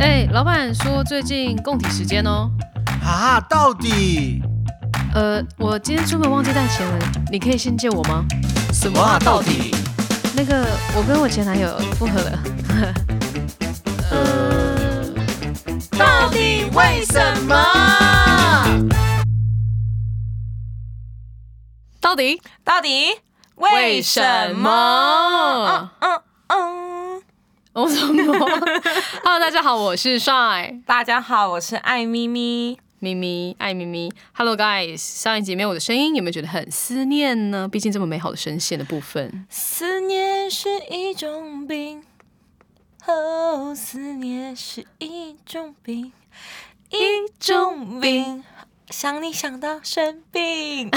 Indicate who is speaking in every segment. Speaker 1: 哎、老板说最近供体时间哦。
Speaker 2: 啊，到底
Speaker 1: 呃，我今天出门忘记带钱了，你可以先借我吗？
Speaker 2: 什么啊？到底？
Speaker 1: 那个，我跟我前男友复合 了。呃，
Speaker 2: 到底为什么？
Speaker 1: 到底
Speaker 3: 到底为什么？嗯嗯，
Speaker 1: 哦我怎么 ？Hello，大家好，我是帅
Speaker 3: 大家好，我是爱咪咪。
Speaker 1: 咪咪，爱咪咪。Hello guys，上一集没有我的声音，有没有觉得很思念呢？毕竟这么美好的声线的部 分，
Speaker 3: 思念是一种病，哦，思念是一种病，一种病，想你想到生 病。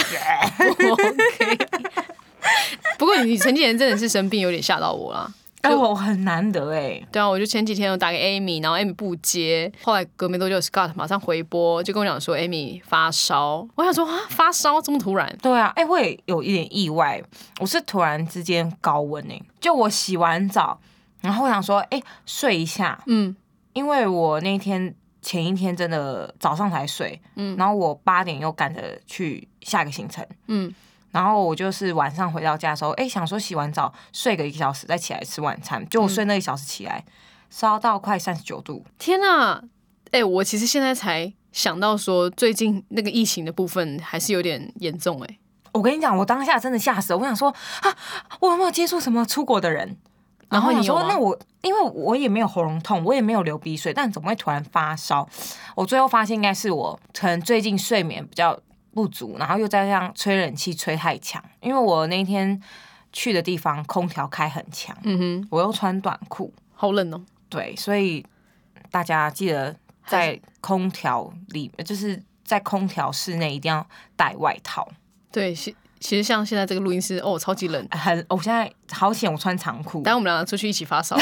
Speaker 1: 不过你前几天真的是生病，有点吓到我啦。
Speaker 3: 但我很难得哎，
Speaker 1: 对啊，我就前几天有打给 Amy，然后 Amy 不接，后来隔没多久，Scott 马上回拨，就跟我讲说 Amy 发烧。我想说啊，发烧这么突然，
Speaker 3: 对啊，哎、我也有一点意外，我是突然之间高温哎、就我洗完澡，然后我想说，哎、睡一下，
Speaker 1: 嗯，
Speaker 3: 因为我那天前一天真的早上才睡，
Speaker 1: 嗯
Speaker 3: 嗯，然后我八点又赶着去下一个行程，
Speaker 1: 嗯
Speaker 3: 嗯，然后我就是晚上回到家的时候，哎、想说洗完澡睡个一个小时再起来吃晚餐，就我睡那一小时起来，烧到快三十九度，
Speaker 1: 天啊，哎、我其实现在才想到说，最近那个疫情的部分还是有点严重哎、
Speaker 3: 我跟你讲，我当下真的吓死了，我想说啊，我有没有接触什么出国的人？
Speaker 1: 然后哦
Speaker 3: 我想
Speaker 1: 你有啊
Speaker 3: 说，
Speaker 1: 吗
Speaker 3: 那我因为我也没有喉咙痛，我也没有流鼻水，但怎么会突然发烧？我最后发现应该是我可能最近睡眠比较不足，然后又再加上吹冷气吹太强，因为我那天去的地方空调开很强，
Speaker 1: 嗯哼，
Speaker 3: 我又穿短裤，
Speaker 1: 好冷哦、
Speaker 3: 对，所以大家记得在空调里，就是在空调室内一定要带外套。
Speaker 1: 对，其其实像现在这个录音室哦，超级冷。
Speaker 3: 很，我现在好险，我穿长裤，
Speaker 1: 等下我们两个出去一起发烧，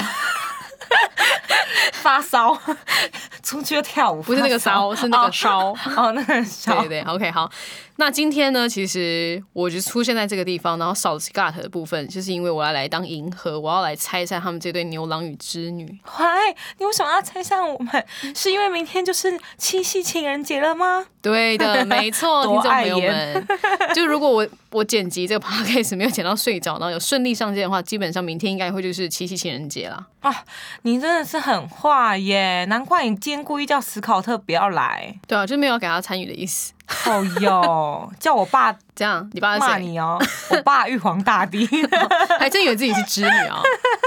Speaker 3: 发烧， 出去跳舞，
Speaker 1: 不是那个
Speaker 3: 发
Speaker 1: 烧，是那个 烧。
Speaker 3: 哦，哦那个烧，
Speaker 1: 对对对，OK，好。那今天呢，其实我就出现在这个地方，然后少了 Scott 的部分，就是因为我要来当银河，我要来拆散他们这对牛郎与织女。
Speaker 3: 喂，你为什么要拆散我们？是因为明天就是七夕情人节了吗？
Speaker 1: 对的，没错，听
Speaker 3: 多
Speaker 1: 众
Speaker 3: 碍
Speaker 1: 朋友们， 就如果我我剪辑这个 podcast 没有剪到睡着，然后有顺利上线的话，基本上明天应该会就是七夕情人节啦。
Speaker 3: 啊，你真的是很坏耶！难怪你今天故意叫史考特不要来，
Speaker 1: 对啊，就没有要给他参与的意思。
Speaker 3: 哦哟，叫我 爸
Speaker 1: 这样，你爸是
Speaker 3: 骂
Speaker 1: 啊谁？
Speaker 3: 你哦，我爸玉皇大帝。
Speaker 1: 还真以为自己是织女啊？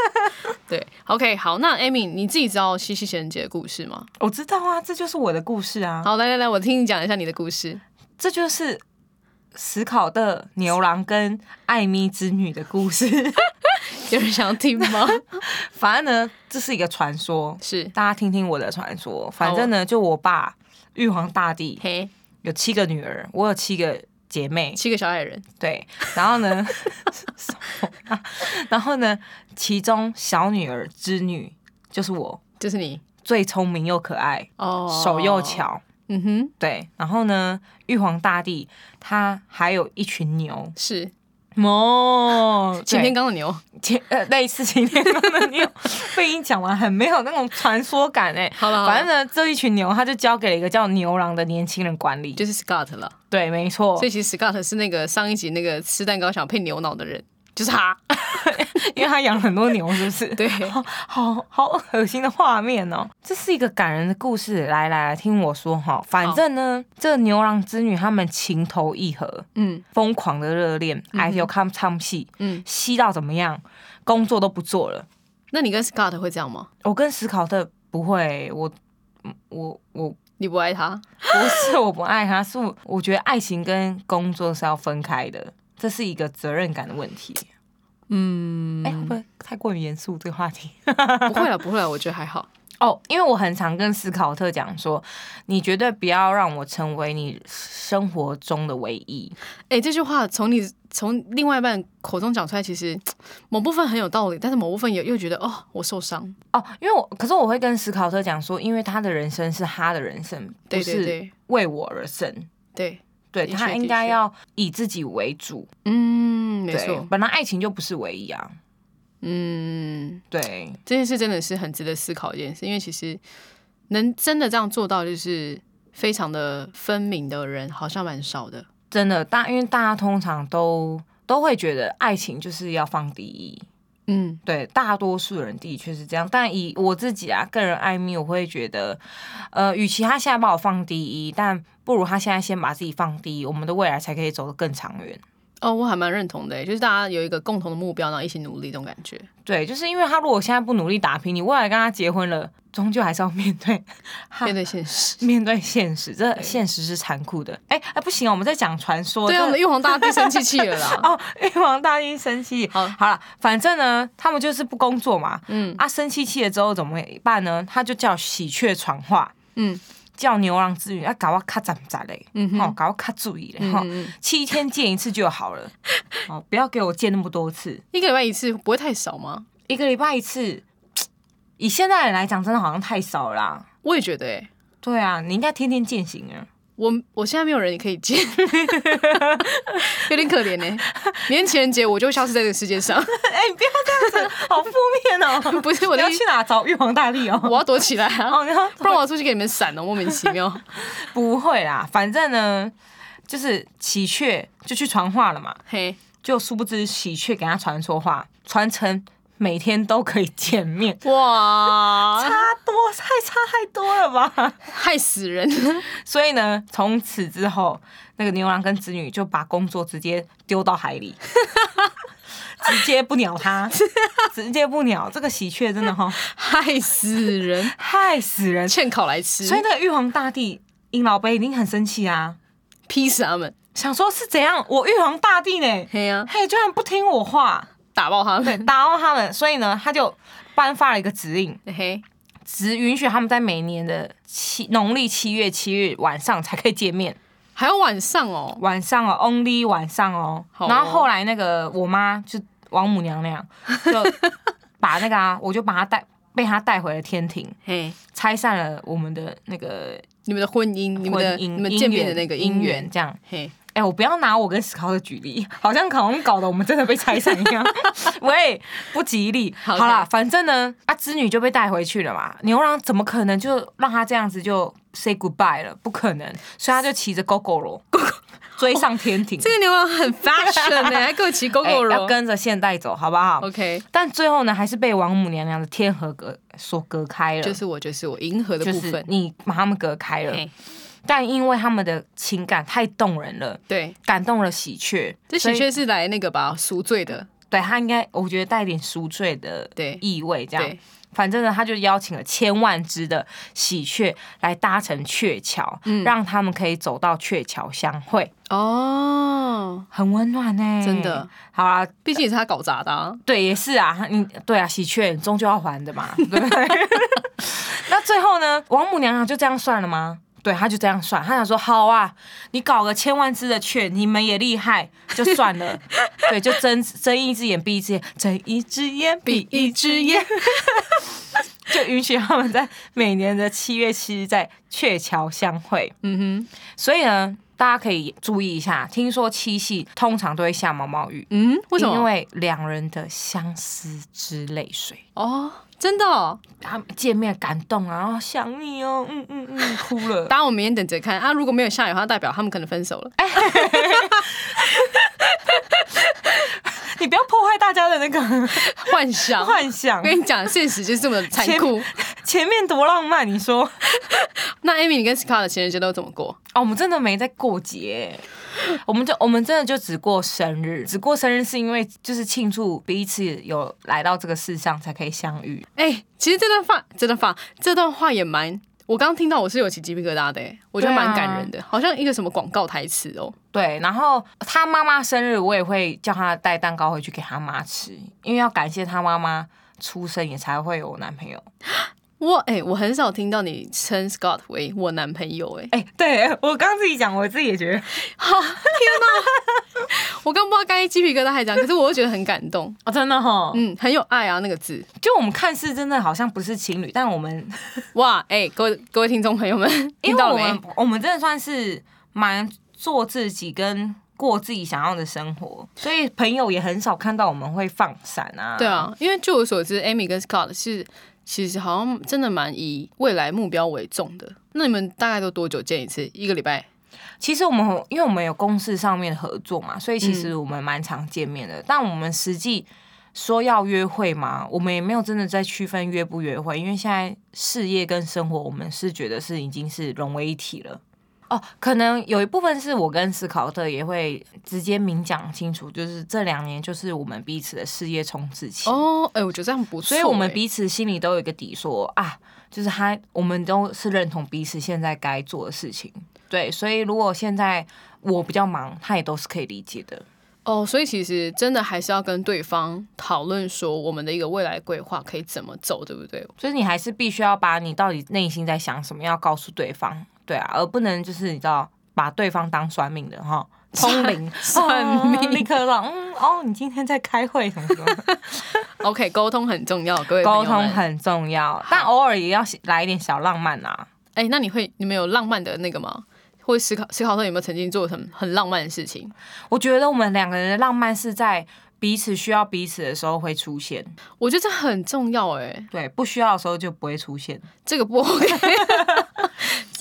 Speaker 1: 对，OK，好，那 Amy，你自己知道七夕情人节的故事吗？
Speaker 3: 我知道啊，这就是我的故事啊，
Speaker 1: 好，来来来，我听你讲一下你的故事。
Speaker 3: 这就是史考特牛郎跟艾米之女的故事。
Speaker 1: 有人想要听 吗？
Speaker 3: 反正呢，这是一个传说，
Speaker 1: 是，
Speaker 3: 大家听听我的传说。反正呢，就我爸玉皇大帝
Speaker 1: 嘿，
Speaker 3: 有七个女儿，我有七个姐妹，
Speaker 1: 七个小矮人，
Speaker 3: 对。然后呢， 什么啊然后呢，其中小女儿织女就是我，
Speaker 1: 就是你
Speaker 3: 最聪明又可爱，
Speaker 1: 哦，
Speaker 3: 手又，巧。
Speaker 1: 嗯哼，
Speaker 3: 对，然后呢，玉皇大帝他还有一群牛，
Speaker 1: 是
Speaker 3: 哦，
Speaker 1: 擎天
Speaker 3: 刚
Speaker 1: 刚的牛。
Speaker 3: 前呃类似擎天刚的牛，被你讲完很没有那种传说感哎、
Speaker 1: 好了，好了
Speaker 3: 反正呢，这一群牛他就交给了一个叫牛郎的年轻人管理。
Speaker 1: 就是 Scott 了。
Speaker 3: 对，没错
Speaker 1: 所，以其实 Scott 是那个上一集那个吃蛋糕想配牛脑的人，就是 他。
Speaker 3: 因为他养很多牛，是不是？
Speaker 1: 对，
Speaker 3: 好好好恶心的画面哦！这是一个感人的故事，来来来，听我说哈。反正呢，这牛郎织女他们情投意合，
Speaker 1: 嗯
Speaker 3: 疯狂的热恋，还有看唱戏，
Speaker 1: 嗯，
Speaker 3: 吸到怎么样，工作都不做了。
Speaker 1: 那你跟 Scott 会这样吗？
Speaker 3: 我跟史考特不会，我我我
Speaker 1: 你不爱他？
Speaker 3: 不是我不爱他， 是我我觉得爱情跟工作是要分开的，这是一个责任感的问题。
Speaker 1: 嗯
Speaker 3: 哎、会不会太过于严肃这个话题？
Speaker 1: 不会了，不会了，我觉得还好。
Speaker 3: 哦，因为我很常跟斯考特讲说，你绝对不要让我成为你生活中的唯一。
Speaker 1: 哎、这句话从你从另外一半口中讲出来，其实某部分很有道理，但是某部分也又觉得哦，我受伤。
Speaker 3: 哦，因为我可是我会跟斯考特讲说，因为他的人生是他的人生，不
Speaker 1: 对对
Speaker 3: 是
Speaker 1: 对
Speaker 3: 为我而生。
Speaker 1: 对，
Speaker 3: 对
Speaker 1: 的确
Speaker 3: 他应
Speaker 1: 的
Speaker 3: 该
Speaker 1: 确
Speaker 3: 要以自己为主，
Speaker 1: 嗯，没
Speaker 3: 对
Speaker 1: 错，，
Speaker 3: 本来爱情就不是唯一啊，
Speaker 1: 嗯。
Speaker 3: 对，
Speaker 1: 这件事真的是很值得思考一件事，因为其实能真的这样做到，就是非常的分明的人，好像蛮少的。
Speaker 3: 真的大，因为大家通常都都会觉得爱情就是要放第一，
Speaker 1: 嗯，
Speaker 3: 对，大多数人的确是这样，但以我自己啊，个人艾米，我会觉得，呃，与其他现在把我放第一，但不如他现在先把自己放第一，我们的未来才可以走得更长远。
Speaker 1: 哦，我还蛮认同的耶，就是大家有一个共同的目标，然后一起努力，这种感觉。
Speaker 3: 对，就是因为他如果现在不努力打拼，你未来跟他结婚了，终究还是要面对
Speaker 1: 面对现实。
Speaker 3: 面对现实，这
Speaker 1: 对
Speaker 3: 现实是残酷的。哎哎，不行啊，我们在讲传说。
Speaker 1: 对啊，
Speaker 3: 这
Speaker 1: 我们玉皇大帝生气气了啦。
Speaker 3: 哦，玉皇大帝生气。
Speaker 1: 啊好
Speaker 3: 好了，反正呢，他们就是不工作嘛。
Speaker 1: 嗯
Speaker 3: 啊，生气气了之后怎么办呢？他就叫喜鹊传话，
Speaker 1: 嗯
Speaker 3: 叫牛郎织女，要搞我卡怎咋嘞？
Speaker 1: 嗯哼
Speaker 3: 哦，搞我卡注意嘞，哈、
Speaker 1: 嗯嗯
Speaker 3: 七天见一次就 好了。哦，不要给我见那么多次，
Speaker 1: 一个礼拜一次不会太少吗？
Speaker 3: 一个礼拜一次。以现代人来讲，真的好像太少了啦。
Speaker 1: 我也觉得哎，
Speaker 3: 对啊，你应该天天践行 啊。
Speaker 1: 我我现在没有人可以见， 有点可怜呢。明天情人节我就消失在这个世界上，
Speaker 3: 哎、你不要这样子， 好负面哦。
Speaker 1: 不是我的
Speaker 3: 你要
Speaker 1: 意
Speaker 3: 去哪找玉皇大帝哦？
Speaker 1: 我要躲起来啊，
Speaker 3: 哦，你要
Speaker 1: 不然我要出去给你们闪了，莫名其 妙。
Speaker 3: 不会啦，反正呢，就是喜鹊就去传话了嘛，
Speaker 1: 嘿，
Speaker 3: 就殊不知喜鹊给他传说话，传承每天都可以见面，差
Speaker 1: 哇，
Speaker 3: 多太差太多了吧？
Speaker 1: 害死人！
Speaker 3: 所以呢，从此之后，那个牛郎跟织女就把工作直接丢到海里，直接不鸟他，直接不鸟这个喜鹊，真的哈、
Speaker 1: 害死人，
Speaker 3: 害死人。
Speaker 1: 欠烤来吃，
Speaker 3: 所以那个玉皇大帝殷老杯一定很生气啊，
Speaker 1: 劈死他们！
Speaker 3: 想说是怎样，我玉皇大帝呢？
Speaker 1: 嘿呀、啊，
Speaker 3: 嘿，居然不听我话，
Speaker 1: 打爆他
Speaker 3: 对，
Speaker 1: 们！
Speaker 3: 打到他们，所以呢，他就颁发了一个指令，
Speaker 1: 嘿，
Speaker 3: 只允许他们在每年的七农历七月七日晚上才可以见面，
Speaker 1: 还有晚上哦，
Speaker 3: 晚上哦，only 晚上哦。
Speaker 1: 好哦
Speaker 3: 然后后来那个我妈就王母娘娘就 把那个啊，我就把她带被她带回了天庭，
Speaker 1: 嘿，
Speaker 3: 拆散了我们的那个
Speaker 1: 你们的婚姻，你们的
Speaker 3: 婚姻
Speaker 1: 你们见面的
Speaker 3: 姻缘
Speaker 1: 那个
Speaker 3: 姻
Speaker 1: 姻
Speaker 3: 缘
Speaker 1: 缘，
Speaker 3: 这样。
Speaker 1: 嘿，
Speaker 3: 哎、我不要拿我跟史考的举例，好像好像搞得我们真的被拆散一样。 喂，不吉利。好
Speaker 1: 好
Speaker 3: 啦，
Speaker 1: OK
Speaker 3: 反正呢，啊，织女就被带回去了嘛。牛郎怎么可能就让他这样子就 say goodbye 了？不可能，所以他就骑着 GoGo 罗 追上天庭。
Speaker 1: 哦这个牛郎很 fashion 呢、 还各骑狗狗
Speaker 3: 哎要
Speaker 1: 肉。
Speaker 3: 跟着现代走，好不好
Speaker 1: OK，
Speaker 3: 但最后呢，还是被王母娘娘的天河隔所隔开了，
Speaker 1: 就是我，就是我，银河的
Speaker 3: 就
Speaker 1: 部
Speaker 3: 是
Speaker 1: 分。
Speaker 3: 你把他们隔开了
Speaker 1: 嘿。
Speaker 3: 但因为他们的情感太动人了，
Speaker 1: 对，
Speaker 3: 感动了喜鹊，
Speaker 1: 这
Speaker 3: 所
Speaker 1: 喜
Speaker 3: 以
Speaker 1: 鹊是来那个吧赎罪的，
Speaker 3: 对他应该，我觉得带点赎罪的
Speaker 1: 对
Speaker 3: 意味，这样
Speaker 1: 对。，
Speaker 3: 反正呢，他就邀请了千万只的喜鹊来搭乘鹊桥，
Speaker 1: 嗯
Speaker 3: 让他们可以走到鹊桥相会，
Speaker 1: 哦，
Speaker 3: 很温暖呢、
Speaker 1: 真的。
Speaker 3: 好啊，
Speaker 1: 毕竟也是他搞砸的、啊。
Speaker 3: 对，也是啊，你对啊，喜鹊你终究要还的嘛，对不对？ 那最后呢，王母娘娘就这样算了吗？对，她就这样算，她想说好啊，你搞个千万只的雀，你们也厉害，就算了。 对，就睁睁一只眼闭一只眼，睁一只眼闭一只眼， 就允许他们在每年的七月七日在鹊桥相会。
Speaker 1: 嗯哼，
Speaker 3: 所以呢，大家可以注意一下，听说七夕通常都会下毛毛雨，
Speaker 1: 嗯，为什么？
Speaker 3: 因为两人的相思之泪水，
Speaker 1: 哦，真的、哦。
Speaker 3: 他们见面感动啊，然后想你哦，嗯嗯 嗯，哭了。
Speaker 1: 当然，我明天等着看啊。如果没有下雨的话，代表他们可能分手了。
Speaker 3: 哎你不要破坏大家的那个
Speaker 1: 幻想，
Speaker 3: 幻想
Speaker 1: 我，跟你讲，现实就是这么残酷。
Speaker 3: 前面多浪漫，你说？
Speaker 1: 那 Amy，你跟 Scott 的情人节都怎么过？
Speaker 3: 哦，我们真的没在过节，我们就我们真的就只过生日，只过生日是因为就是庆祝彼此有来到这个世上才可以相遇。
Speaker 1: 哎、其实这段话，这段话，这段话也蛮……我刚听到我是有起鸡皮疙瘩的、哎我觉得
Speaker 3: 对啊
Speaker 1: 蛮感人的，好像一个什么广告台词哦、
Speaker 3: 对，然后他妈妈生日，我也会叫他带蛋糕回去给他妈吃，因为要感谢他妈妈出生也才会有男朋友。
Speaker 1: 我哎、我很少听到你称 Scott 为我男朋友哎、
Speaker 3: 哎、对我刚自己讲，我自己也觉得，
Speaker 1: 我刚不知道该鸡皮疙瘩还是怎样，可是我又觉得很感动，
Speaker 3: 哦，真的哈、
Speaker 1: 嗯，很有爱啊那个字。
Speaker 3: 就我们看似真的好像不是情侣，但我们
Speaker 1: 哇，哎、各位各位听众朋友们，
Speaker 3: 因
Speaker 1: 听
Speaker 3: 为
Speaker 1: 到
Speaker 3: 我
Speaker 1: 了没
Speaker 3: 们？我们真的算是蛮做自己跟过自己想要的生活，所以朋友也很少看到我们会放闪啊。
Speaker 1: 对，啊，因为据我所知，Amy 跟 Scott 是其实好像真的蛮以未来目标为重的。那你们大概都多久见一次？一个礼拜？
Speaker 3: 其实我们因为我们有公事上面的合作嘛，所以其实我们蛮常见面的。但我们实际说要约会嘛，我们也没有真的在区分约不约会，因为现在事业跟生活，我们是觉得是已经是融为一体了。哦，可能有一部分是我跟斯考特也会直接明讲清楚，就是这两年就是我们彼此的事业冲刺期。
Speaker 1: 哦，哎、我觉得这样不错、
Speaker 3: 所以我们
Speaker 1: 哎
Speaker 3: 彼此心里都有一个底说啊，就是他，我们都是认同彼此现在该做的事情。对，所以如果现在我比较忙，他也都是可以理解的。
Speaker 1: 哦，所以其实真的还是要跟对方讨论说我们的一个未来规划可以怎么走，对不对？
Speaker 3: 就是你还是必须要把你到底内心在想什么要告诉对方，对啊，而不能就是你知道把对方当算命的哈。通灵
Speaker 1: 算命
Speaker 3: 哦立刻让嗯哦，你今天在开会什么什么，
Speaker 1: OK，沟通很重要，各位朋友
Speaker 3: 沟
Speaker 1: 们
Speaker 3: 通很重要，但偶尔也要来一点小浪漫啊。
Speaker 1: 哎、那你会你们有浪漫的那个吗？或者思考思考说有没有曾经做很很浪漫的事情？
Speaker 3: 我觉得我们两个人的浪漫是在彼此需要彼此的时候会出现，
Speaker 1: 我觉得这很重要哎、
Speaker 3: 对，不需要的时候就不会出现。
Speaker 1: 这个不 OK。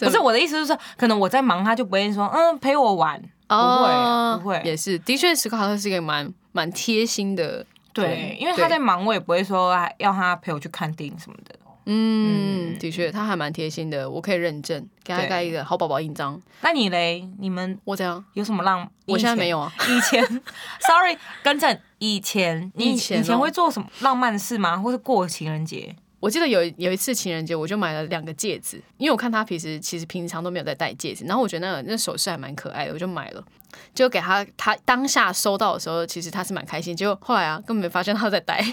Speaker 3: 不是我的意思，就是可能我在忙，他就不会说嗯陪我玩，
Speaker 1: 哦
Speaker 3: 不会
Speaker 1: 也是，的确，史考特是一个蛮蛮贴心的，
Speaker 3: 对，因为他在忙，我也不会说啊要他陪我去看电影什么的。
Speaker 1: 嗯，的确，他还蛮贴心的，我可以认证，给他
Speaker 3: 对
Speaker 1: 盖一个好宝宝印章。
Speaker 3: 那你嘞？你们
Speaker 1: 我这样，
Speaker 3: 有什么浪？
Speaker 1: 我现在
Speaker 3: 以前
Speaker 1: 没有。啊。
Speaker 3: 以前 ，sorry，更正，以前你
Speaker 1: 以前哦
Speaker 3: 以前会做什么浪漫的事吗？或是过情人节？
Speaker 1: 我记得有有一次情人节，我就买了两个戒指，因为我看他平时其实平常都没有在戴戒指，然后我觉得那个那首饰还蛮可爱的，我就买了。就给他，他当下收到的时候，其实他是蛮开心。结果后来啊，根本没发现他在 戴，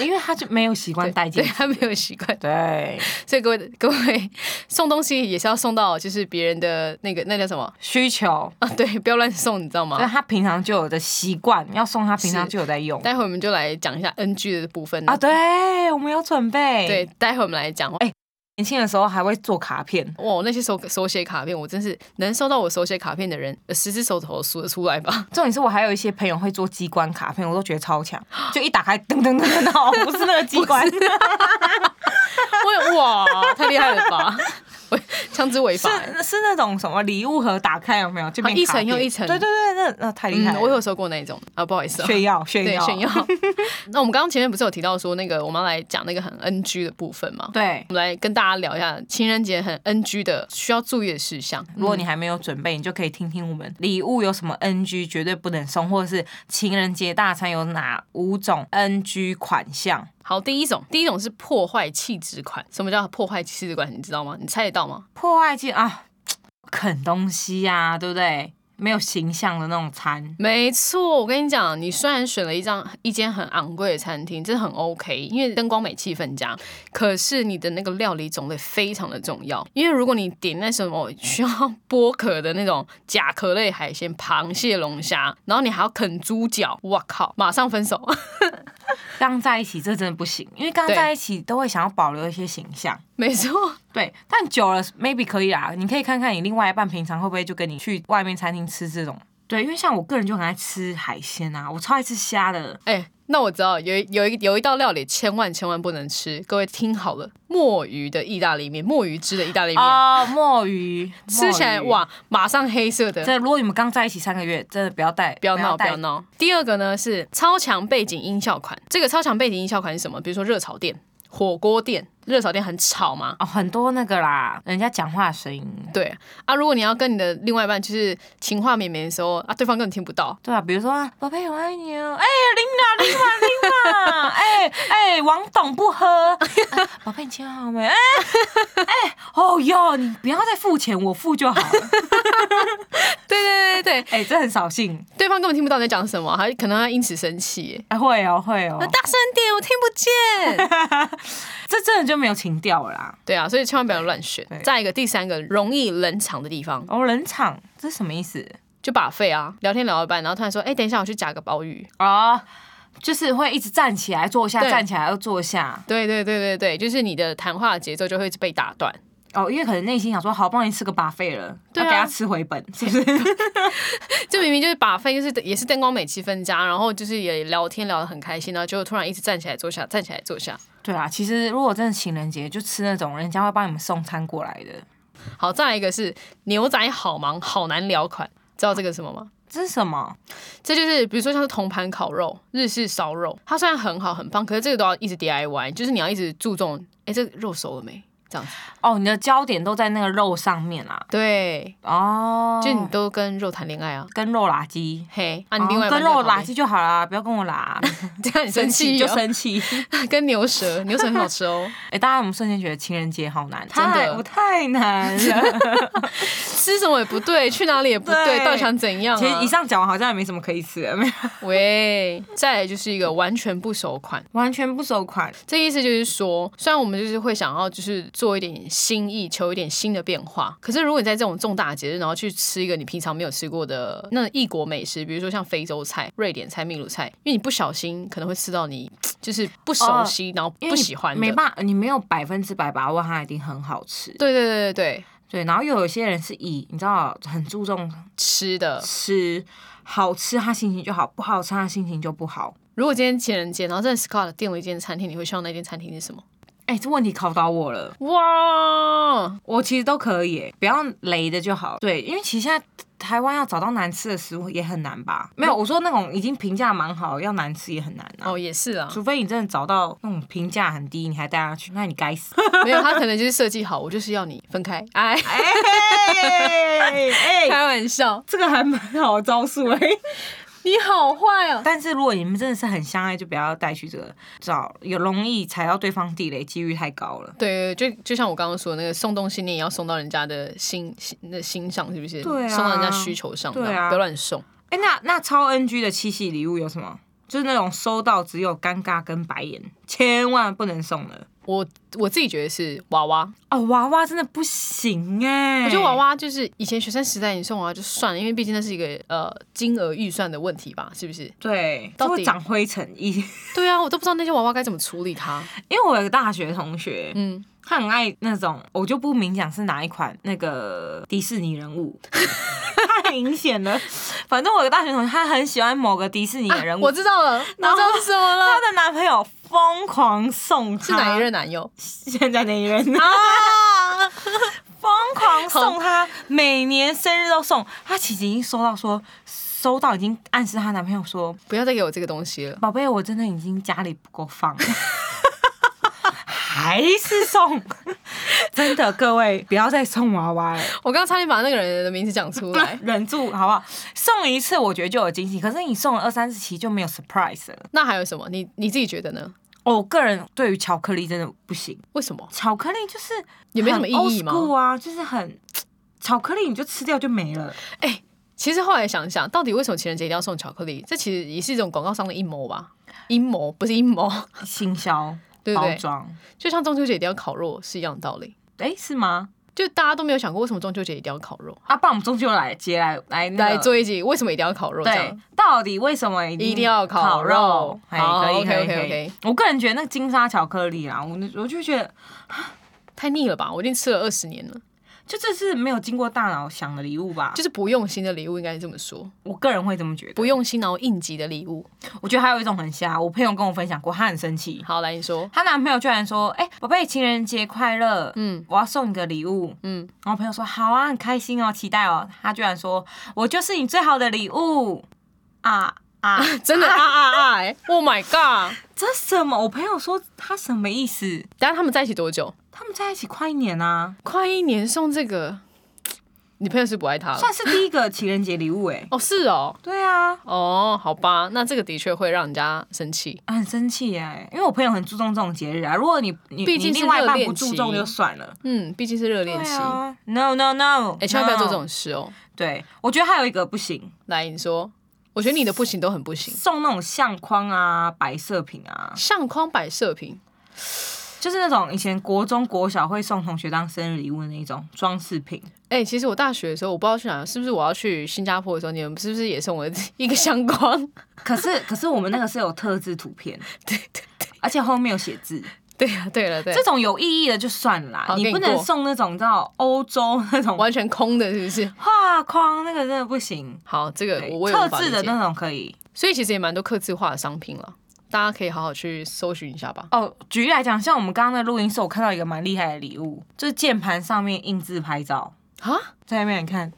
Speaker 3: 因为他就没有习惯戴戒
Speaker 1: 对
Speaker 3: 指。
Speaker 1: 他没有习惯。
Speaker 3: 对，
Speaker 1: 所以各位各位送东西也是要送到就是别人的那个那叫什么
Speaker 3: 需求，
Speaker 1: 啊？对，不要乱送，你知道吗
Speaker 3: 所以？他平常就有的习惯，要送他平常
Speaker 1: 是
Speaker 3: 就有在用。
Speaker 1: 待会我们就来讲一下 NG 的部分
Speaker 3: 啊，。对，我们有准备。
Speaker 1: 对，，待会我们来讲。
Speaker 3: 哎年轻的时候还会做卡片，
Speaker 1: 哇，那些手手写卡片，我真是能收到我手写卡片的人，呃十只手指头数得出来吧？
Speaker 3: 重点是我还有一些朋友会做机关卡片，我都觉得超强，就一打开噔噔噔噔噔，哦，不是那个机 关，
Speaker 1: 我也哇，太厉害了 吧！我枪支违法、欸。
Speaker 3: 是是那种什么礼物盒打开有没有？就变
Speaker 1: 啊一
Speaker 3: 卡片
Speaker 1: 层又一层
Speaker 3: 对对对，那那太厉害
Speaker 1: 嗯，
Speaker 3: 了。
Speaker 1: 我有收过那一种啊，不好意思、啊。
Speaker 3: 炫耀炫
Speaker 1: 对
Speaker 3: 耀
Speaker 1: 炫耀。 那我们刚刚前面不是有提到说那个我们要来讲那个很 NG 的部分吗？
Speaker 3: 对。
Speaker 1: 我们来跟大家聊一下情人节很 NG 的需要注意的事项。嗯
Speaker 3: 如果你还没有准备，你就可以听听我们礼物有什么 NG 绝对不能送，或者是情人节大餐有哪五种 NG 款项。
Speaker 1: 好，第一种，第一种是破坏气质款。什么叫破坏气质款？你知道吗？你猜得到吗？
Speaker 3: 破坏性啊，啃东西呀、啊，对不对？没有形象的那种餐，
Speaker 1: 没错，我跟你讲，你虽然选了一张一间很昂贵的餐厅，这很 OK，因为灯光美、气氛佳。可是你的那个料理种类非常的重要，因为如果你点那什么需要剥壳的那种甲壳类海鲜、螃蟹、龙虾，然后你还要啃猪脚，哇靠，马上分手。
Speaker 3: 刚在一起这真的不行，因为刚
Speaker 1: 对
Speaker 3: 在一起都会想要保留一些形象。
Speaker 1: 没错，
Speaker 3: 对，但久了 maybe 可以啦，你可以看看你另外一半平常会不会就跟你去外面餐厅吃这种。对，因为像我个人就很爱吃海鲜啊，我超爱吃虾的。
Speaker 1: 哎、那我知道有一有一有一道料理千万千万不能吃，各位听好了，墨鱼的意大利面，墨鱼汁的意大利面。
Speaker 3: 哦，墨鱼
Speaker 1: 吃起来，
Speaker 3: 墨鱼
Speaker 1: 哇，马上黑色的，
Speaker 3: 真的，如果你们刚在一起三个月，真的不要带，
Speaker 1: 不要闹，不
Speaker 3: 带
Speaker 1: 要。闹。第二个呢是超强背景音效款，这个超强背景音效款是什么？比如说热炒店、火锅店，热炒店很吵嘛。
Speaker 3: 哦，很多那个啦，人家讲话的声音，
Speaker 1: 对啊，如果你要跟你的另外一半就是情话绵绵的时候啊，对方根本听不到。
Speaker 3: 对啊，比如说啊，宝贝，我爱你哦，哎、琳达，琳达，琳达，哎哎，王董不喝， 啊宝、贝，你今天好美，哎、哎，哦哟，你不要再付钱，我付就好了，
Speaker 1: 对对对对对，
Speaker 3: 哎、这很扫兴，
Speaker 1: 对方根本听不到你在讲什么，还可能会因此生气耶。
Speaker 3: 哎、会哦，会哦
Speaker 1: 那，大声点，我听不见。
Speaker 3: 这真的就没有情调了啦。
Speaker 1: 对啊，所以千万不要乱选
Speaker 3: 对。对
Speaker 1: 再一个，第三个容易冷场的地方，
Speaker 3: 哦，冷场，这是什么意思？
Speaker 1: 就把费啊，聊天聊到一半，然后突然说，哎、等一下，我去夹个鲍鱼。
Speaker 3: 哦，就是会一直站起来坐下，
Speaker 1: 对
Speaker 3: 站起来又坐下，
Speaker 1: 对对对对对，就是你的谈话节奏就会一直被打断。
Speaker 3: 哦，因为可能内心想说，好不容易吃个巴菲了，
Speaker 1: 对啊
Speaker 3: 要给他吃回本，是不是？
Speaker 1: 这明明就是把费，就是也是灯光美气氛佳，然后就是也聊天聊得很开心，然后结果突然一直站起来坐下，站起来坐下。
Speaker 3: 对啊，其实如果真的情人节，就吃那种人家会帮你们送餐过来的，
Speaker 1: 好，再来一个是牛仔好忙好难聊款，知道这个是什么吗？
Speaker 3: 这是什么？
Speaker 1: 这就是比如说像是铜盘烤肉、日式烧肉，它虽然很好很棒，可是这个都要一直 DIY，就是你要一直注重，哎，这个肉熟了没？这样子，
Speaker 3: 哦，你的焦点都在那个肉上面啊啦、
Speaker 1: 对，
Speaker 3: 哦，
Speaker 1: 就你都跟肉谈恋爱啊，
Speaker 3: 跟肉垃圾。
Speaker 1: 嘿，啊，你另外一半
Speaker 3: 哦跟
Speaker 1: 在旁
Speaker 3: 肉
Speaker 1: 边
Speaker 3: 垃圾就好啦，不要跟我 拉，
Speaker 1: 这样你生气
Speaker 3: 就
Speaker 1: 哦
Speaker 3: 生气。
Speaker 1: 跟牛舌，牛舌很好吃哦，
Speaker 3: 哎、大家有没有瞬间觉得情人节好难？
Speaker 1: 真的
Speaker 3: 太我太难啊了。
Speaker 1: 吃什么也不对，去哪里也不对，
Speaker 3: 对
Speaker 1: 到底想怎样、啊？
Speaker 3: 其 实以上讲完好像也没什么可以吃 的，没有
Speaker 1: 喂， 再来就是一个完全不熟款，
Speaker 3: 完全不收款。
Speaker 1: 这意思就是说，虽然我们就是会想要就是做一点新意，求一点新的变化，可是如果你在这种重大节日，然后去吃一个你平常没有吃过的那种异国美食，比如说像非洲菜、瑞典菜、秘鲁菜，因为你不小心可能会吃到你就是不熟悉，然后
Speaker 3: 因
Speaker 1: 不
Speaker 3: 为你
Speaker 1: 喜欢的。
Speaker 3: 没办哎法，你没有百分之百把握它一定很好吃。
Speaker 1: 对对对对对，
Speaker 3: 对，然后又有些人是以你知道很注重
Speaker 1: 吃的。
Speaker 3: 吃，好吃他心情就好，不好吃他心情就不好。
Speaker 1: 如果今天情人节，然后在 Scott 订了一间餐厅，你会希望那间餐厅是什么？
Speaker 3: 哎、这问题考倒我了，
Speaker 1: 哇，
Speaker 3: 我其实都可以耶，不要雷的就好。对，因为其实现在台湾要找到难吃的食物也很难吧？没有，我说那种已经评价蛮好，要难吃也很难啊。
Speaker 1: 哦，也是啊，
Speaker 3: 除非你真的找到那种评价很低，你还带他去，那你该死！
Speaker 1: 没有，他可能就是设计好，我就是要你分开，哎，
Speaker 3: 哎 哎
Speaker 1: 开玩笑，
Speaker 3: 这个还蛮好的招数哎、
Speaker 1: 你好坏哦。
Speaker 3: 但是如果你们真的是很相爱，就不要带去这个，找有容易踩到对方地雷，几率太高了。
Speaker 1: 对，就就像我刚刚说的那个送东西，你也要送到人家的心心那心上，是不是？
Speaker 3: 对啊
Speaker 1: 送到人家需求上，
Speaker 3: 对啊
Speaker 1: 这样不要乱送。
Speaker 3: 哎、那那超 NG 的七夕礼物有什么？就是那种收到只有尴尬跟白眼，千万不能送了。
Speaker 1: 我我自己觉得是娃娃，
Speaker 3: 哦，娃娃真的不行哎、
Speaker 1: 我觉得娃娃就是以前学生时代你送娃娃就算了，因为毕竟那是一个呃金额预算的问题吧，是不是？
Speaker 3: 对，
Speaker 1: 到
Speaker 3: 都
Speaker 1: 底
Speaker 3: 会长灰尘。以
Speaker 1: 对啊，我都不知道那些娃娃该怎么处理 它。
Speaker 3: 因为我有个大学同学，
Speaker 1: 嗯，
Speaker 3: 他很爱那种，我就不明讲是哪一款那个迪士尼 人物，太明显了。反正我有个大学同学，他很喜欢某个迪士尼的人
Speaker 1: 啊
Speaker 3: 物，
Speaker 1: 我知道了，我知
Speaker 3: 然后
Speaker 1: 道是什么
Speaker 3: 她
Speaker 1: 了，
Speaker 3: 的男朋友疯狂送她，
Speaker 1: 是哪一任？男友？
Speaker 3: 现在哪一 任啊？疯狂送她，每年生日都送。她其实已经收到说，收到已经暗示她男朋友说，
Speaker 1: 不要再给我这个东西了。
Speaker 3: 宝贝，我真的已经家里不够放了。还是送，真的各位不要再送娃娃了，。
Speaker 1: 我刚刚差点把那个人的名字讲出 来
Speaker 3: 忍住好不好？送一次我觉得就有惊喜，可是你送了二三十期就没有 surprise 了。
Speaker 1: 那还有什么？你你自己觉得呢？
Speaker 3: 哦我个人对于巧克力真的不行，
Speaker 1: 为什么？
Speaker 3: 巧克力就是
Speaker 1: 也没什么意义吗
Speaker 3: 很 old school 啊，就是很巧克力你就吃掉就没 了。
Speaker 1: 哎、其实后来想想，到底为什么情人节一定要送巧克力？这其实也是一种广告商的阴谋吧？阴谋不是阴谋，
Speaker 3: 行销
Speaker 1: 对不
Speaker 3: 包
Speaker 1: 对？
Speaker 3: 装，
Speaker 1: 就像中秋节一定要烤肉是一样的道理。
Speaker 3: 哎、是吗？
Speaker 1: 就大家都没有想过，为什么中秋节一定要烤肉？
Speaker 3: 啊，不然我们中秋来节来来那个
Speaker 1: 来做一集，为什么一定要烤肉？这
Speaker 3: 对
Speaker 1: 样，
Speaker 3: 到底为什么一
Speaker 1: 一定要烤
Speaker 3: 烤
Speaker 1: 肉
Speaker 3: 哎，
Speaker 1: 好
Speaker 3: 可以
Speaker 1: OK，
Speaker 3: 可以
Speaker 1: OK，
Speaker 3: 可以
Speaker 1: OK
Speaker 3: 我个人觉得那个金沙巧克力啊，我我就觉得
Speaker 1: 太腻了吧？我已经吃了二十年了，
Speaker 3: 就这是没有经过大脑想的礼物吧，
Speaker 1: 就
Speaker 3: 就是
Speaker 1: 不用心的礼物，应该这么说，
Speaker 3: 我个人会这么觉得。
Speaker 1: 不用心然后应急的礼物。
Speaker 3: 我觉得还有一种很瞎，我朋友跟我分享过，她很生气，
Speaker 1: 好，来你说，
Speaker 3: 她男朋友居然说：“哎、宝贝，情人节快乐，
Speaker 1: 嗯
Speaker 3: 嗯，我要送你个礼物。”
Speaker 1: 嗯，
Speaker 3: 然后朋友说：“好啊，很开心哦，期待哦。”他居然说：“我就是你最好的礼物啊 啊！”
Speaker 1: 真的啊啊啊、哎 o h my god！
Speaker 3: 这什么？我朋友说他什么意思？
Speaker 1: 等下他们在一起多久？
Speaker 3: 他们在一起快一年啊，
Speaker 1: 快一年送这个，你朋友是不爱他了？
Speaker 3: 算是第一个情人节礼物哎、
Speaker 1: 哦，是哦，
Speaker 3: 对啊，
Speaker 1: 哦，好吧，那这个的确会让人家生气。
Speaker 3: 很生气哎、因为我朋友很注重这种节日啊。如果你你
Speaker 1: 毕竟
Speaker 3: 你
Speaker 1: 是
Speaker 3: 另外一
Speaker 1: 热
Speaker 3: 半
Speaker 1: 恋
Speaker 3: 不注
Speaker 1: 期
Speaker 3: 重就算了，
Speaker 1: 嗯，毕竟是热恋期，
Speaker 3: 对
Speaker 1: 哎、
Speaker 3: 啊，no no no，哎
Speaker 1: 千万不要做这种。事哦。
Speaker 3: 对，我觉得还有一个不行，
Speaker 1: 来，你说，我觉得你的不行都很不行。
Speaker 3: 送那种相框啊、摆设品啊，
Speaker 1: 相框摆设品，
Speaker 3: 就是那种以前国中、国小会送同学当生日礼物的那种装饰品。
Speaker 1: 哎、其实我大学的时候，我不知道去哪，是不是我要去新加坡的时候，你们是不是也送我 一个相框？
Speaker 3: 可是可是我们那个是有特制图片，对对对，而且后面有写字，
Speaker 1: 对呀、对了，对啊
Speaker 3: 这种有意义的就算了啦
Speaker 1: 好，给
Speaker 3: 你
Speaker 1: 你
Speaker 3: 不能
Speaker 1: 过
Speaker 3: 送那种到欧洲那种
Speaker 1: 完全空的，是不是？
Speaker 3: 画框，那个真的不行。
Speaker 1: 好，这个
Speaker 3: 对
Speaker 1: 我我也
Speaker 3: 特
Speaker 1: 无法
Speaker 3: 制
Speaker 1: 理
Speaker 3: 的
Speaker 1: 解
Speaker 3: 那种可以。
Speaker 1: 所以其实也蛮多刻字化的商品了，大家可以好好去搜寻一下吧。
Speaker 3: 哦，举例来讲，像我们刚刚的录音室，我看到一个蛮厉害的礼物，就是键盘上面印字拍照，
Speaker 1: 啊，
Speaker 3: 在那边你看，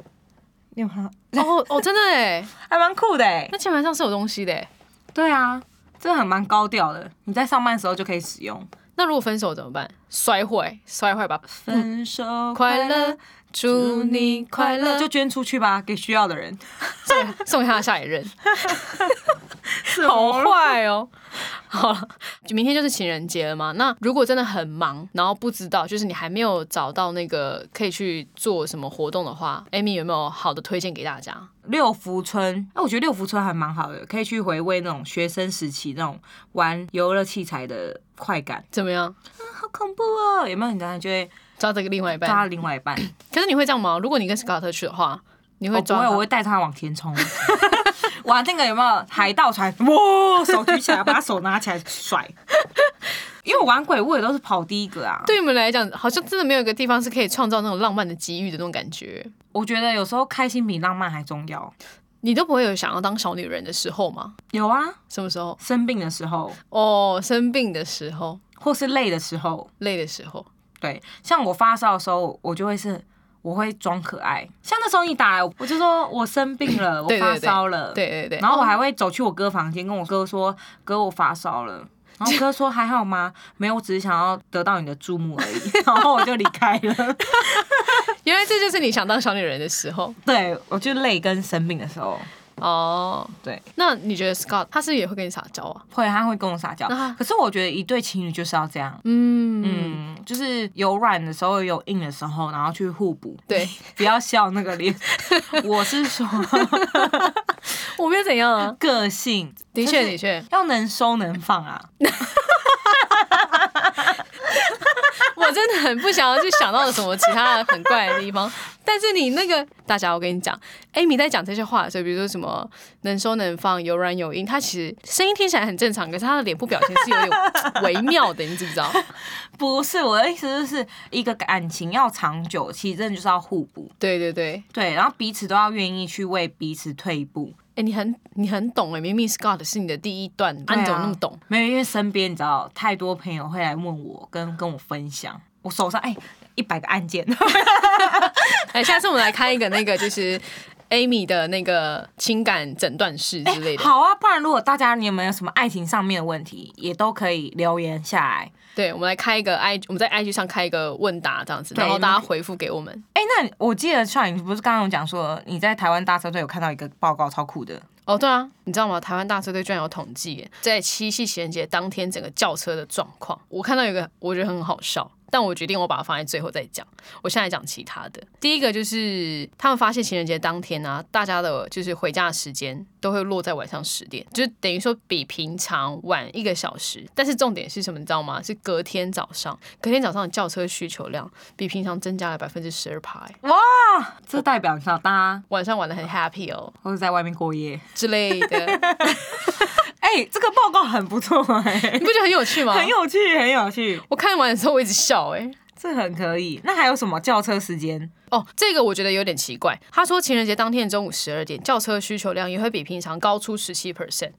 Speaker 3: 你有看到？
Speaker 1: 哦哦，真的哎，
Speaker 3: 还蛮酷的哎。
Speaker 1: 那键盘上是有东西的哎。
Speaker 3: 对啊，这很蛮高调的，你在上班的时候就可以使用。
Speaker 1: 那如果分手怎么办？摔坏，摔坏吧。
Speaker 3: 分手
Speaker 1: 嗯快乐，祝你快乐，
Speaker 3: 就
Speaker 1: 就
Speaker 3: 捐出去吧，给需要的人。
Speaker 1: 送送给他的下一 任。好
Speaker 3: 好
Speaker 1: 坏哦。好了，就明天就是情人节了嘛。那如果真的很忙，然后不知道，就是你还没有找到那个可以去做什么活动的话，Amy 有没有好的推荐给大家？
Speaker 3: 六福村，哎、我觉得六福村还蛮好的，可以去回味那种学生时期那种玩游乐器材的快感。
Speaker 1: 怎么样？
Speaker 3: 好恐怖哦！有没有？你当然就会
Speaker 1: 抓这个另外一
Speaker 3: 抓
Speaker 1: 半？
Speaker 3: 另外一半。
Speaker 1: 可是你会这样吗？如果你跟 Scott 去的话，你
Speaker 3: 我
Speaker 1: 哦会
Speaker 3: 哦不
Speaker 1: 抓
Speaker 3: 会，
Speaker 1: 他？
Speaker 3: 我会带他往前冲。 玩那个有没有海盗船？哇，手举起来，把手拿起来甩。 因为我玩鬼屋也都是跑第一个啊。
Speaker 1: 对你们来讲，好像真的没有一个地方是可以创造那种浪漫的机遇的那种感觉。
Speaker 3: 我觉得有时候开心比浪漫还重要。
Speaker 1: 你都不会有想要当小女人的时候吗？
Speaker 3: 有啊，
Speaker 1: 什么时候？
Speaker 3: 生病的时候，
Speaker 1: 哦，生病的时候，
Speaker 3: 或是累的时候，
Speaker 1: 累的时候，
Speaker 3: 对，像我发烧的时候，我就会是。我会装可爱，像那时候你打来，我就说我生病了，我
Speaker 1: 对对
Speaker 3: 发
Speaker 1: 对
Speaker 3: 烧了，
Speaker 1: 对对对。
Speaker 3: 然后我还会走去我哥房间，跟我哥说：“哥，我发烧 了。”然后我哥说：“还好吗？”没有，我只是想要得到你的注目而 已。然后我就离开了。
Speaker 1: 原来这就是你想当小女人的时候
Speaker 3: 对，我就累跟生病的时候，
Speaker 1: 哦。
Speaker 3: 对，
Speaker 1: 那你觉得 Scott 他是不是也会跟你撒娇啊？
Speaker 3: 会他会跟我撒娇
Speaker 1: 那他。
Speaker 3: 可是我觉得一对情侣就是要这样，
Speaker 1: 嗯，
Speaker 3: 嗯，就是有软的时候，有硬的时候，然后去互补。
Speaker 1: 对，
Speaker 3: 不要笑那个 脸。我是 说
Speaker 1: 我没有怎样啊。
Speaker 3: 个性，
Speaker 1: 的
Speaker 3: 就
Speaker 1: 确，
Speaker 3: 是
Speaker 1: 的确，
Speaker 3: 要能收能放啊。
Speaker 1: 我真的很不想要去想到什么其他的很怪的地 方。但是你那个，大家我跟你讲，Amy 在讲这些话的时候，比如说什么能收能放、有软有硬，她其实声音听起来很正常，可是她的脸部表情是有点微妙的，你知不知道？
Speaker 3: 不是我的意思，就是一个感情要长久，其实真的就是要互补。
Speaker 1: 对对对，
Speaker 3: 对，然后彼此都要愿意去为彼此退一步。
Speaker 1: 哎、你很你很懂哎、明明 Scott 是你的第一段，啊，你怎么那么懂？？
Speaker 3: 没有，因为身边你知道太多朋友会来问我，跟跟我分享。我手上哎一百个案件，
Speaker 1: 哎，下次我们来开一个那个就是 Amy 的那个情感诊断室之类的。
Speaker 3: 好啊，不然如果大家你有没有什么爱情上面的问题，也都可以留言下来。
Speaker 1: 对，我们来开一个 I，我们在 IG 上开一个问答这样子，
Speaker 3: 对
Speaker 1: 然后大家回复给我们。
Speaker 3: 哎、那我记得像你不是刚刚有讲说你在台湾大车队有看到一个报告超酷的，
Speaker 1: 哦，对啊，你知道吗？台湾大车队居然有统计耶，在七夕情人节当天整个轿车的状况。我看到有一个，我觉得很好笑，但我决定我把它放在最后再讲。我现在讲其他的。第一个就是他们发现情人节当天啊，大家的就是回家的时间都会落在晚上十点，就是等于说比平常晚一个小时。但是重点是什么，你知道吗？是隔天早上，隔天早上的轿车需求量比平常增加了百分之十二趴，欸
Speaker 3: 这代表你知道大家
Speaker 1: 晚上玩的很 happy 哦
Speaker 3: 都是在外面过夜。
Speaker 1: 之类 的，
Speaker 3: 哎、这个报告很不错 哎、
Speaker 1: 你不觉得很有趣吗？
Speaker 3: 很有趣，很有趣。
Speaker 1: 我看完的时候我一直笑哎、
Speaker 3: 这很可以。那还有什么轿车时间？
Speaker 1: 哦，这个我觉得有点奇怪。他说情人节当天中午十二点，轿车需求量也会比平常高出十七 percent。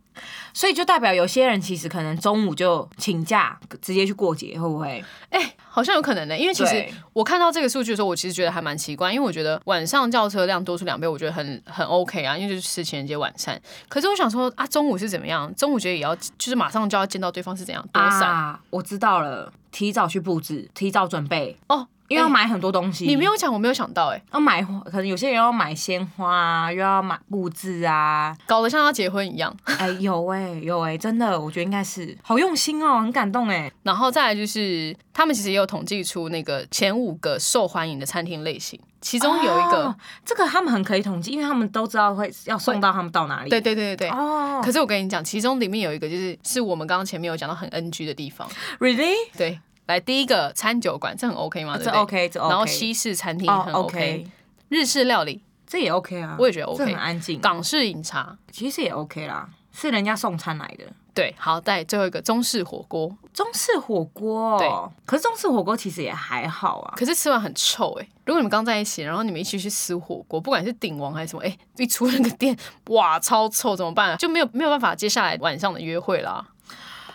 Speaker 3: 所以就代表有些人其实可能中午就请假，直接去过节，会不会？
Speaker 1: 哎、好像有可能呢、因为其实
Speaker 3: 对
Speaker 1: 我看到这个数据的时候，我其实觉得还蛮奇怪，因为我觉得晚上轿车量多出两倍，我觉得很很 OK 啊，因为就是吃情人节晚餐。可是我想说啊，中午是怎么样？中午觉得也要就是马上就要见到对方是怎样多散、
Speaker 3: 啊，我知道了，提早去布置，提早准备，
Speaker 1: 哦，
Speaker 3: 因为要
Speaker 1: 哎
Speaker 3: 买很多东西。
Speaker 1: 你没有讲，我没有想到哎、
Speaker 3: 要买花，可能有些人要买鲜花啊，又要买布置啊。
Speaker 1: 搞得像要结婚一样。
Speaker 3: 哎，有哎、有哎、真的，我觉得应该是好用心哦，很感动哎、
Speaker 1: 然后再来就是，他们其实也有统计出那个前五个受欢迎的餐厅类型，其中有一个，
Speaker 3: 哦这个他们很可以统计，因为他们都知道会要送到他们到哪里。
Speaker 1: 对对对对对。
Speaker 3: 哦
Speaker 1: 可是我跟你讲，其中里面有一个就是是我们刚刚前面有讲到很 NG 的地方，
Speaker 3: ，really
Speaker 1: 对。来第一个餐酒馆，这很 OK 吗？对
Speaker 3: 这
Speaker 1: 不对
Speaker 3: OK，这 OK。
Speaker 1: 然后西式餐厅
Speaker 3: 哦
Speaker 1: 很
Speaker 3: OK，
Speaker 1: 日式料理
Speaker 3: 这也 OK 啊，
Speaker 1: 我也觉得 OK
Speaker 3: 这很安静。
Speaker 1: 港式饮茶，
Speaker 3: 其实也 OK 啦，是人家送餐来的，
Speaker 1: 对，好，再最后一个中式火锅，
Speaker 3: 中式火锅，哦
Speaker 1: 对，
Speaker 3: 可是中式火锅其实也还好啊。
Speaker 1: 可是吃完很臭哎、如果你们刚在一起，然后你们一起去吃火锅，不管是鼎王还是什么，哎、一出那个店，哇，超臭，怎么办、啊？就没有没有办法接下来晚上的约会啦。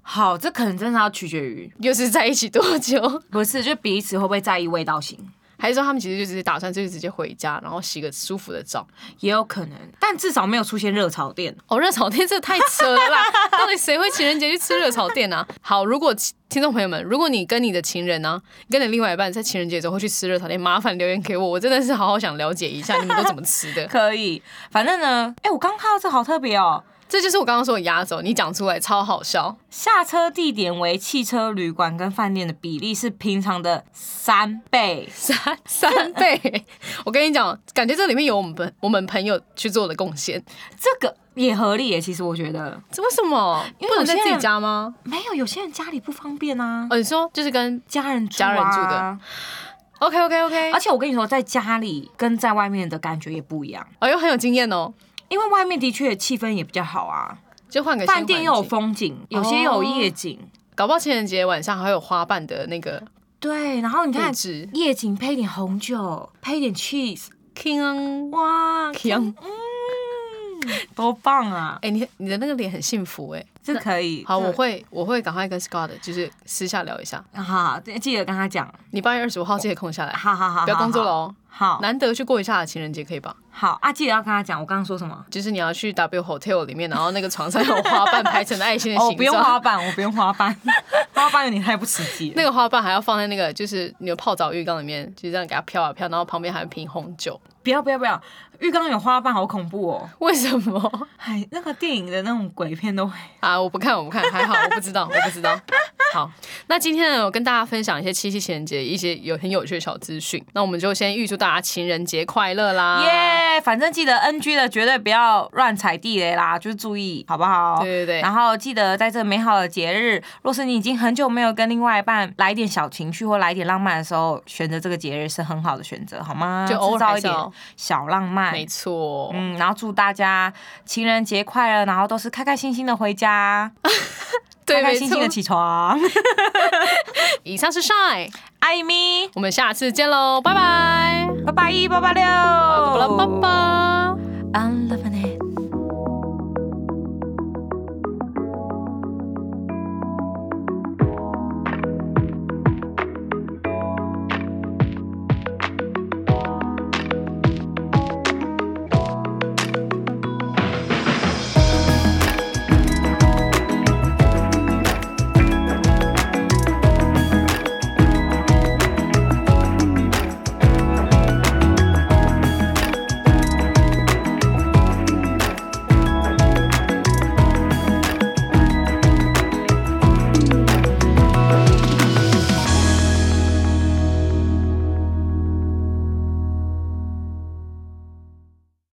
Speaker 3: 好，这可能真的要取决于，
Speaker 1: 又是在一起多久？
Speaker 3: 不是就彼此会不会在意味道型，
Speaker 1: 还是说他们其实就只是打算就是直接回家，然后洗个舒服的澡？
Speaker 3: 也有可能，但至少没有出现热炒店。
Speaker 1: 哦，热炒店这太扯了啦！到底谁会情人节去吃热炒店啊？好，如果听众朋友们，如果你跟你的情人呢、你跟你另外一半在情人节的时候会去吃热炒店，麻烦留言给我，我真的是好好想了解一下你们都怎么吃的。
Speaker 3: 可以，反正呢，哎、我刚看到这好特别哦。
Speaker 1: 这就是我刚刚说的压轴，你讲出来超好笑。
Speaker 3: 下车地点为汽车旅馆跟饭店的比例是平常的三倍，
Speaker 1: 三三倍， 我跟你讲，感觉这里面有我们朋我们朋友去做的贡献。
Speaker 3: 这个也合理耶。其实我觉得
Speaker 1: 这为什么
Speaker 3: 因
Speaker 1: 不
Speaker 3: 为有
Speaker 1: 能
Speaker 3: 些
Speaker 1: 在自己
Speaker 3: 人
Speaker 1: 家吗？
Speaker 3: 没有，有些人家里不方便啊，
Speaker 1: 哦，你说就是跟
Speaker 3: 家人住、啊、
Speaker 1: 家人住的。OK OK OK，
Speaker 3: 而且我跟你说，在家里跟在外面的感觉也不一样，
Speaker 1: 哎呦很有经验哦，
Speaker 3: 因为外面的确气氛也比较好啊，
Speaker 1: 就换个新
Speaker 3: 饭店
Speaker 1: 环
Speaker 3: 又有
Speaker 1: 境哦
Speaker 3: 风景，有些有夜景，
Speaker 1: 搞不好情人节晚上还有花瓣的那个
Speaker 3: 对，然后你
Speaker 1: 配
Speaker 3: 看
Speaker 1: 置。
Speaker 3: 夜景配一点红酒，配一点 cheese，
Speaker 1: King，嗯
Speaker 3: 哇，
Speaker 1: King
Speaker 3: 多 棒啊！
Speaker 1: 哎、你你的那个脸很幸福哎、
Speaker 3: 这可以，
Speaker 1: 好，
Speaker 3: 这
Speaker 1: 我会我会赶快跟 Scott 就是私下聊一下。
Speaker 3: 好，对记得跟他讲，
Speaker 1: 你八月二十五号记得空下来，
Speaker 3: 好好好，
Speaker 1: 不要工作了
Speaker 3: 好。
Speaker 1: 哦。
Speaker 3: 好
Speaker 1: 难得去过一下情人节，可以吧？
Speaker 3: 好啊，记得要跟他讲，我刚刚说什么？
Speaker 1: 就是你要去 W Hotel 里面，然后那个床上有花瓣排成的爱心的形
Speaker 3: 哦，
Speaker 1: 状，
Speaker 3: 不用 花瓣，我不用花瓣，花瓣有点太不实际了。
Speaker 1: 那个花瓣还要放在那个就是你的泡澡浴缸里面，就这样给它飘啊飘，然后旁边还有一瓶红酒。
Speaker 3: 不要不要不要，浴缸有花瓣，好恐怖哦！
Speaker 1: 为什么
Speaker 3: 哎，那个电影的那种鬼片都会。
Speaker 1: 啊？我不看，我不看，还好，我不知道，我不知 道。好，那今天呢，我跟大家分享一些七夕情人节一些有很有趣的小资讯。那我们就先预祝大家情人节快乐啦！
Speaker 3: 耶反正记得 NG 的绝对不要乱踩地雷啦，就是注意好不好？
Speaker 1: 对对对
Speaker 3: 然后记得在这美好的节日，若是你已经很久没有跟另外一半来一点小情绪或来一点浪漫的时候，选择这个节日是很好的选择，好吗？
Speaker 1: 就偶尔
Speaker 3: 制造
Speaker 1: 还
Speaker 3: 一
Speaker 1: 是
Speaker 3: 点
Speaker 1: 要
Speaker 3: 小浪漫。
Speaker 1: 没错，
Speaker 3: 嗯，然后祝大家情人节快乐，然后都是开开心心的回家，
Speaker 1: 对，
Speaker 3: 开开
Speaker 1: 没
Speaker 3: 心
Speaker 1: 错
Speaker 3: 心的。起床。
Speaker 1: 以上是 Shine，
Speaker 3: 艾米，
Speaker 1: 我们下次见喽，拜拜，
Speaker 3: 八八一八八六，
Speaker 1: 拜拜拜拜。